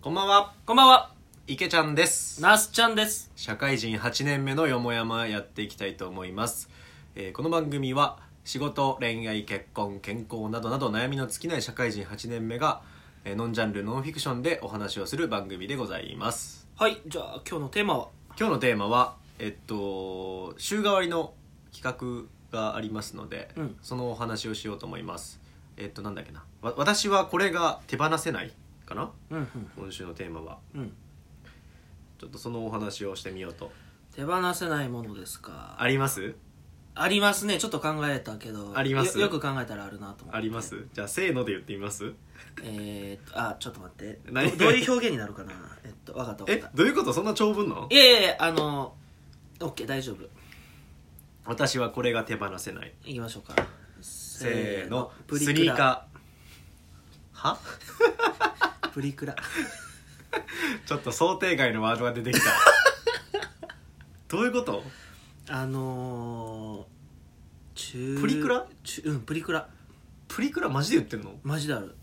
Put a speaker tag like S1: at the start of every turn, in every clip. S1: こんばんは、
S2: こんばんは、
S1: 池ちゃんです。
S2: ナースちゃんです。
S1: 社会人8年目のよもやまやっていきたいと思います。えーこの番組は仕事、恋愛、結婚、健康などなど悩みの尽きない社会人8年目が、えーノンジャンル、ノンフィクションでお話をする番組でございます。
S2: はい、じゃあ今日のテーマは、
S1: 今日のテーマは、えっと、週替わりの企画がありますので、
S2: うん
S1: そのお話をしようと思います。えっと、なんだっけな。わ私はこれが手放せないかな
S2: うん
S1: 今週のテーマは。
S2: うんうん、
S1: ちょっとそのお話をしてみようと。
S2: 手放せないものですか。
S1: あります
S2: ありますね、ちょっと考えたけど、
S1: あります
S2: よよく考えたらあるなと思って。
S1: ありますじゃあせーので言ってみます
S2: えーっと、あ、ちょっと待って。
S1: 何
S2: どどういう表現になるかな。えっと、わかったわかっ
S1: え
S2: た。
S1: どういうことそんな長文の
S2: いやいやいや、あの、オッケー大丈夫。
S1: 私はこれが手放せない
S2: いきましょうか。せ
S1: せーの
S2: プリ
S1: ス
S2: ク
S1: ニー
S2: ラ。
S1: カーは
S2: プリクラ。
S1: ちょっと想定外のワードが出てき たどういうこと
S2: あのー、中
S1: プリクラ
S2: 中うん、プリクラ。
S1: プリクラマジで言ってんの
S2: マジである。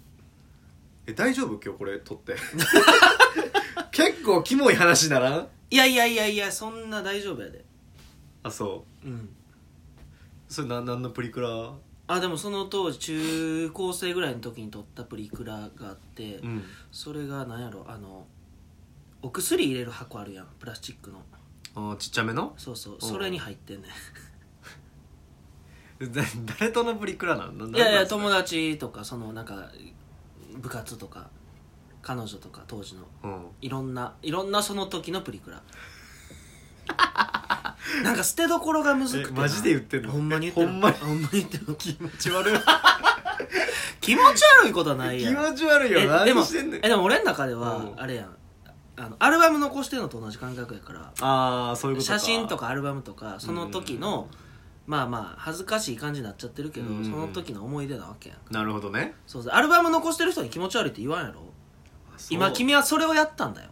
S1: え大丈夫今日これ撮って 結構キモい話ならん
S2: いやいやいやいや、そんな大丈夫やで。
S1: あそう
S2: うん。
S1: それな何のプリクラ
S2: あでもその当時中高生ぐらいの時に撮ったプリクラがあって、
S1: うん
S2: それが何やろあのお薬入れる箱あるやんプラスチックの
S1: あーちっちゃめの
S2: そうそう
S1: おう
S2: それに入ってんね
S1: えだ誰とのプリクラなの
S2: んいやいや
S1: 友
S2: 友達とかそのなんか部活とか彼女とか当時の
S1: うん
S2: いろんないろんなその時のプリ クラなんか捨てどころがむずくてな
S1: えマジで言ってんの
S2: ほんまに言ってる
S1: ほんまに
S2: ほんまに言ってる気
S1: 気持ち悪い
S2: 持ち悪いことはない
S1: 気
S2: やん
S1: 持ち悪いよ
S2: えでも
S1: 何してんねん
S2: えでも俺の中で
S1: う
S2: は
S1: ん
S2: あれやんあのアルバム残してるのと同じ感覚やから
S1: ああそういうことか
S2: 写真とかアルバムとかその時の、まあまあ恥ずかしい感じになっちゃってるけど、
S1: うん
S2: その時の思い出なわけやん
S1: なるほどね
S2: そうそうアルバム残してる人に気持ち悪いって言わんやろ今君はそれをやったんだよ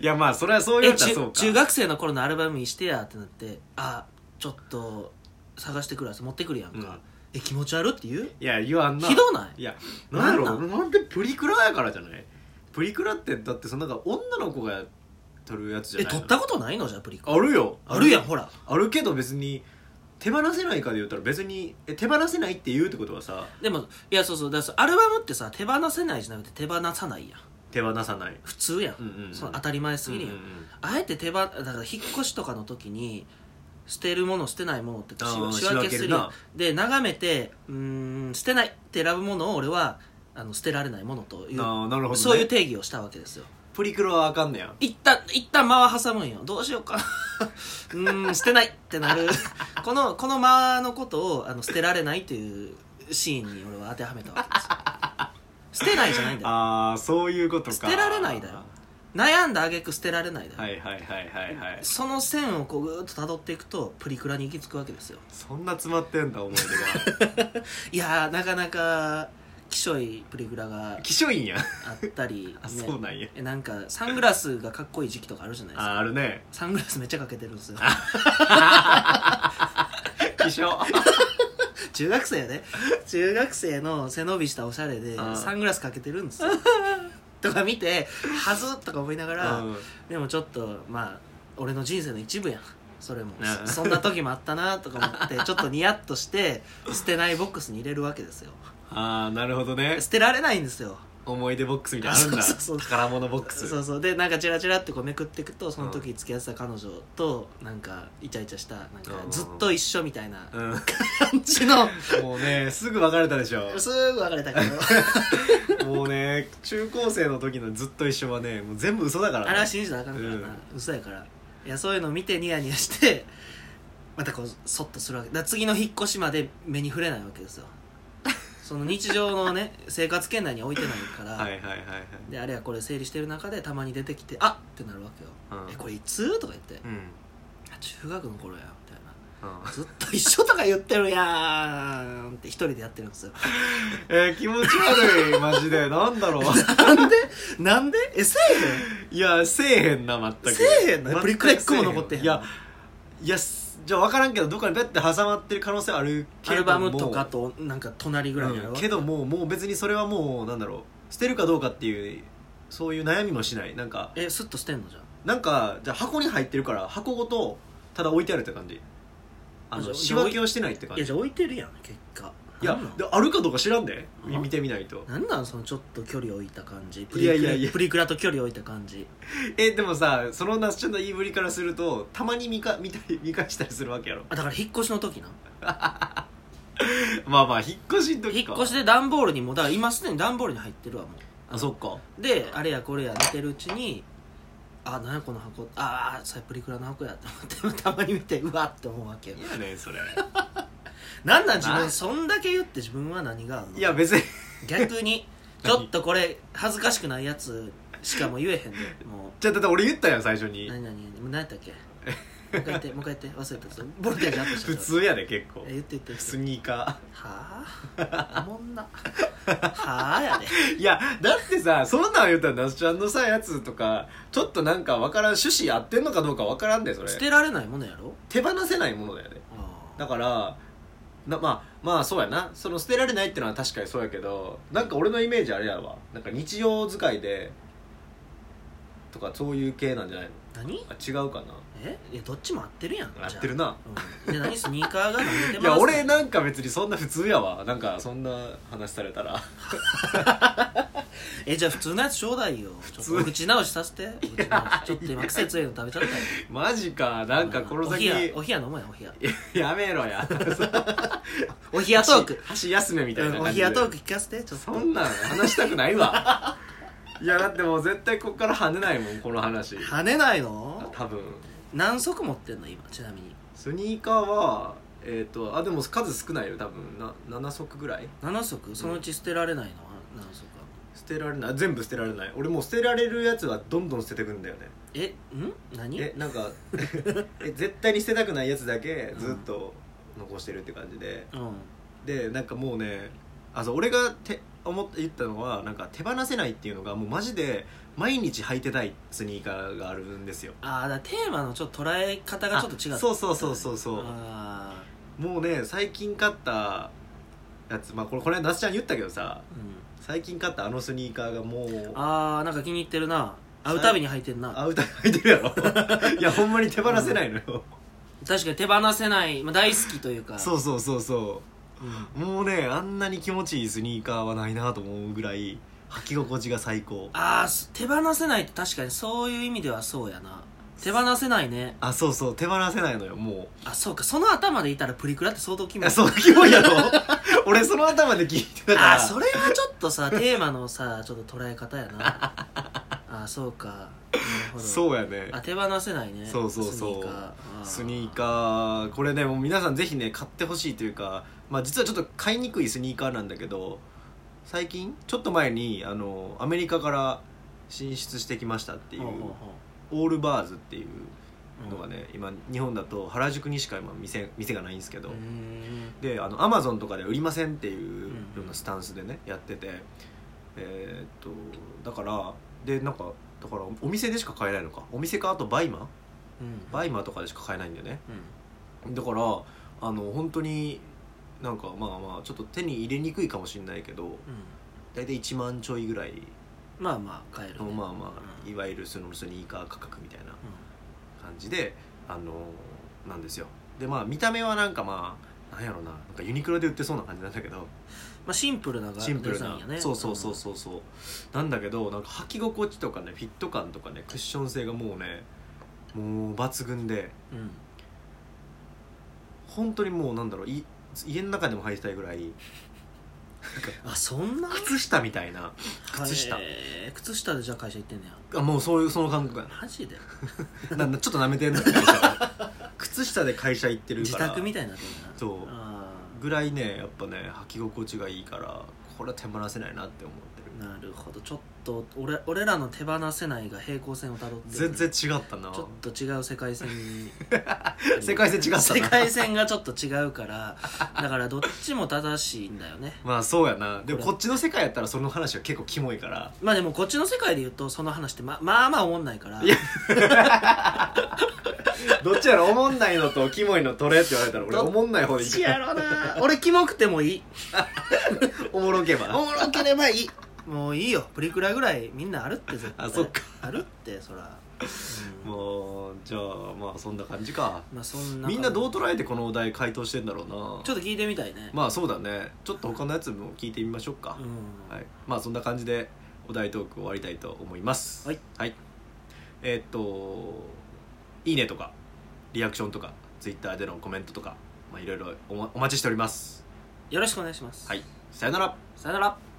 S1: いやまあそれはそうい
S2: え
S1: うんだ
S2: 中
S1: そうか
S2: 中学生の頃のアルバムにしてやってなってあちょっと探してくるやつ持ってくるやんか、
S1: うん
S2: え気持ち悪って言う
S1: いや言わんな
S2: ひどな
S1: い
S2: い
S1: やなんだ
S2: な
S1: ろ
S2: ん
S1: うなんでプリクラやからじゃないプリクラってだってそのなんか女の子が撮るやつじゃ
S2: え
S1: ない
S2: 撮
S1: の
S2: ったことないのじゃあプリクラ
S1: あるよ
S2: あるやんほら
S1: あるけど別に手放せないかで言ったら別にえ手放せないって言うってことはさ
S2: でもいやそうそうだからそうアルバムってさ手放せないじゃなくて手放さないやん
S1: 手放さない
S2: 普通やん、
S1: うんうんうん
S2: その当たり前すぎるや
S1: う
S2: ん、
S1: んうんうん
S2: あえて手放だから引っ越しとかの時に捨てるもの捨てないものって
S1: あー
S2: 仕仕分けす
S1: 仕分ける
S2: る
S1: な
S2: で眺めてうーん捨てないって選ぶものを俺はあの捨てられないものという、
S1: ああなるほど、ね、
S2: そういう定義をしたわけですよ
S1: プリクラはあかんねや
S2: 一旦一旦間は挟むんよどうしようか うーん捨てないってなる このこの間のことをあの捨てられないというシーンに俺は当てはめたわけですよ捨てないじゃないんだよ
S1: ああそういうことか
S2: 捨てられないだよ悩んだ挙句捨てられないだよ、
S1: はいはいはいはいはい
S2: その線をこうぐーっと辿っていくとプリクラに行き着くわけですよ
S1: そんな詰まってんだ思い 出が
S2: いやーなかなかきしょいプリクラが
S1: きしょいんや
S2: あったり、
S1: あそうなんや
S2: えなんかサングラスがかっこいい時期とかあるじゃないですか
S1: ああるね
S2: サングラスめっちゃかけてるんですよ
S1: きしょ
S2: 中学生やね中学生の背伸びしたおしゃれで
S1: あー
S2: サングラスかけてる んですよとか見てはずっとか思いながら、でもちょっとまあ俺の人生の一部やんそれも
S1: うん
S2: そそんな時もあったなとか 思ってちょっとニヤッとして捨てないボックスに入れるわけですよ
S1: ああなるほどね
S2: 捨てられないんですよ
S1: 思い出ボックスみたいなのあるんだ
S2: あ そうそうそう
S1: 宝物ボックス
S2: そうそうでなんかチラチラってこうめくっていくとその時付き合ってた彼女となんかイチャイチャしたなんか
S1: うん
S2: ずっと一緒みたいな
S1: うん
S2: 感じの
S1: もうねすぐ別れたでしょ
S2: すぐ別れたけど
S1: もうね中高生の時のずっと一緒はねもう全部嘘だから、ね、
S2: あれは信じたらあかんからな、
S1: う
S2: 嘘やからいやそういうの見てニヤニヤしてまたこうそっとするわけだから次の引っ越しまで目に触れないわけですよその日常のね 生活圏内に置いてないから、
S1: はいはいはいはい
S2: であれやこれ整理してる中でたまに出てきて「あっ!」ってなるわけよ「
S1: うん
S2: えこれいつ?」とか言って
S1: うん、うん
S2: 「あ中学の頃や」みたいなずっと一緒とか言ってるやんって一人でやってるんですよ
S1: えー、気持ち悪いマジでなんだろう
S2: なんでなんでえせ
S1: いやせえへんな
S2: えへ
S1: 全
S2: ん
S1: く
S2: せえへ
S1: 全
S2: んの
S1: く
S2: プリクラ一個も残ってへん
S1: いやいやすじゃあ分からんけどどっかにペッて挟まってる可能性あるけ
S2: ア
S1: ども
S2: ルバムとかとなんか隣ぐらいにあ
S1: う
S2: るわ
S1: ん
S2: け
S1: けどもうもう別にそれはもうなんだろう捨てるかどうかっていうそういう悩みもしないなんか
S2: えスッとしてんのじゃん
S1: なんかじゃあ箱に入ってるから箱ごとただ置いてあるって感じあ
S2: あじゃ
S1: の
S2: あ
S1: 仕分けをしてないって感じ
S2: いや
S1: い
S2: じゃあ置いてるやん結果
S1: や
S2: なんなん
S1: であるかどうか知らんでみ
S2: うん
S1: 見てみないと
S2: なんなんそのちょっと距離置いた感じプ
S1: い
S2: リ
S1: や
S2: クラ
S1: いやいや
S2: プリクラと距離置いた感じ
S1: えでもさそのなっちゃんの言いぶりからするとたまに見か見たり見返したりするわけやろ
S2: あだから引っ越しの時な
S1: まあまあ引っ越しの時
S2: 引
S1: か
S2: っ越し
S1: し
S2: で段ボールにもだから今すでに段ボールに入ってるわも
S1: あそっか
S2: うであれやこれや見てるうちにあ何やこの箱ああそれプリクラの箱やと思ってたまに見てうわって思うわけよ
S1: いやねんそれ
S2: なんなん自
S1: な
S2: 分
S1: い
S2: そんだけ言って自分は何があんの
S1: いや別に
S2: 逆にち
S1: 何
S2: ょっとこれ恥ずかしくないやつしかもう言えへんでも
S1: じゃあだって俺言ったやん最初
S2: う
S1: に
S2: 何何何何やったっけもう一回 言ってもう一回言って忘れたちょっとボルテージアップした
S1: 普通やで結構
S2: え言って言って言って
S1: スニーカ
S2: はあおもんなはあ やで
S1: ーいやだってさそんなん言ったらなすちゃんのさやつとかちょっとなんかわからん趣旨合ってんのかどうかわからんでそれ
S2: 捨てられないものやろ
S1: 手放せないものだよねだからなまあまあそうやなその捨てられないってのは確かにそうやけどなんか俺のイメージあれやわなんか日常使いでとかそういう系なんじゃないの
S2: 何
S1: あ違うかな
S2: えいやどっちも合ってるやん
S1: 合ってるな
S2: じゃあうん、で何スニーカーが何でて
S1: いや俺
S2: な
S1: なんか別にそんな普通やわなんかそんな話されたら
S2: えじゃあ普通のやつちょうだいよ普
S1: 通
S2: ちょっとお口直しさせてお口直しちょっと今季節ええの食べちゃったよ
S1: マジかなんかこの先
S2: お冷やお冷や飲もうやお冷や
S1: やめろや
S2: お冷やトーク
S1: 箸休めみたいな
S2: うんお
S1: 感
S2: 冷
S1: じで
S2: やトーク聞かせてちょっと
S1: そんなん話したくないわ いやだってもう絶対こっから跳ねないもんこの話
S2: 跳ねないの
S1: 多分
S2: 何足持ってんの今ちなみに
S1: スニーカーはえっ、とあでも数少ないよ多分な7足ぐらい
S2: 7足そのうち捨てられないのは何足か
S1: 捨てられない全部捨てられない俺もう捨てられるやつはどんどん捨ててくんだよね
S2: えん何
S1: えなんか え絶対に捨てたくないやつだけずっと残してるって感じで
S2: うん
S1: でなんかもうねあそう俺がて思って言ったのはなんか手放せないっていうのがもうマジで毎日履いてたいスニーカーがあるんですよ
S2: ああだからテーマのちょっと捉え方がちょっと違う
S1: あそうそうそうそうそう
S2: あ
S1: もうね最近買ったやつまあこれこの間那須ちゃんに言ったけどさ
S2: ー、うん、
S1: 最近買ったあのスニーカーがもう
S2: あーなんか気に入ってるな
S1: さ
S2: 会
S1: いう
S2: たびに履いてんな
S1: アウター履いてるや ろいやほんまに手放せないのよ、
S2: 確かに手放せない、まあ、大好きというか
S1: そうそうそうそ
S2: うん
S1: うもうねあんなに気持ちいいスニーカーはないなと思うぐらい履き心地が最高あ
S2: ああ手放せないって確かにそういう意味ではそうやな手放せないね
S1: そうそう手放せないのよも
S2: あそうかその頭でいたらプリクラって相当気
S1: うい
S2: 持
S1: や
S2: ちいい
S1: そうキモいやろ俺その頭で聞いてたから
S2: あーそれはちょっとさテーマのさちょっと捉え方やなあーそうかなるほど
S1: そうやね
S2: あ手放せないね
S1: そうそうそう
S2: スニーカーあー
S1: スニーカーこれねもう皆さんぜひね買ってほしいというか、まあ、実はちょっと買いにくいスニーカーなんだけど最近ちょっと前にあのアメリカから進出してきましたっていう
S2: ほうほう
S1: オールバーズっていう
S2: ほう
S1: のがね今日本だと原宿にしか今店店がないんですけ
S2: う
S1: ど、
S2: んうーん
S1: であのアマゾンとかでは売りませんっていう
S2: うん
S1: ようなスタンスでねやっててえーっとだからでなんかだからお店でしか買えないのかお店かあとバイマ
S2: うん
S1: バイマとかでしか買えないんだよね
S2: うん
S1: だからあの本当になんかまあまあちょっと手に入れにくいかもしれないけど
S2: う
S1: 大体1万ちょいぐらい
S2: んまあまあ買える
S1: の
S2: ね、
S1: まあまあ
S2: うん
S1: いわゆるそのスニーカー価格みたいな
S2: う
S1: 感じであのなんですよでまあ見た目はなんかまあなんやろななんかユニクロで売ってそうな感じなんだけど
S2: んまあ、シンプルなが
S1: シンプル
S2: デザイ
S1: な
S2: ンやね
S1: そうそうそうそうそうなんだけどなんか履き心地とかねフィット感とかねクッション性がもうねもう抜群で
S2: うん、うん
S1: 本当にもうなんだろうい家の中でも履いてたいぐらい
S2: あそんな
S1: 靴下みたいな靴下
S2: へー靴下でじゃあ会社行ってんねや
S1: あもうそういうその感覚
S2: マジで
S1: やななちょっと舐めてんのよ会社を 靴下で会社行ってる
S2: 自
S1: から
S2: 宅みたいになってんねや
S1: そう
S2: あ
S1: ぐらいねやっぱね履き心地がいいからこれは手放せないなって思ってる
S2: ーなるほどちょっと俺俺らの手放せないが平行線をたどってる
S1: 全然違ったな
S2: ちょっと違う世界線に
S1: 世界線違ったな
S2: 世界線がちょっと違 うからだからどっちも正しいんだよね
S1: まあそうやなでも
S2: これ
S1: こっちの世界やったらその話は結構キモいから
S2: まあでもこっちの世界で言うとその話ってままあまあ思んないから
S1: い やどっちやろおもんないのとキモいの取れって言われたら俺
S2: どっ
S1: おもんない
S2: ど
S1: 方
S2: っ
S1: でい
S2: ち
S1: く
S2: やろな俺キモくてもいい
S1: おもろけば
S2: おもろければいいもういいよプリクラぐらいみんなあるって絶対
S1: あそっか
S2: あるってそら、うん
S1: もうじゃあまあそんな感じか
S2: まあそんな
S1: みんなどう
S2: と
S1: 捉えてこのお題回答してんだろうな
S2: ちょっと聞いてみたいね、
S1: まあそうだねちょっと他のやつも聞いてみましょうか
S2: う、ん
S1: はい、まあそんな感じでお題トーク終わりたいと思います
S2: はい、
S1: えーっと「いいね」とかリアクションとかツイッターでのコメントとか、まあ、いろいろおまお待ちしております
S2: よろしくお願いします、
S1: はいさよなら
S2: さよなら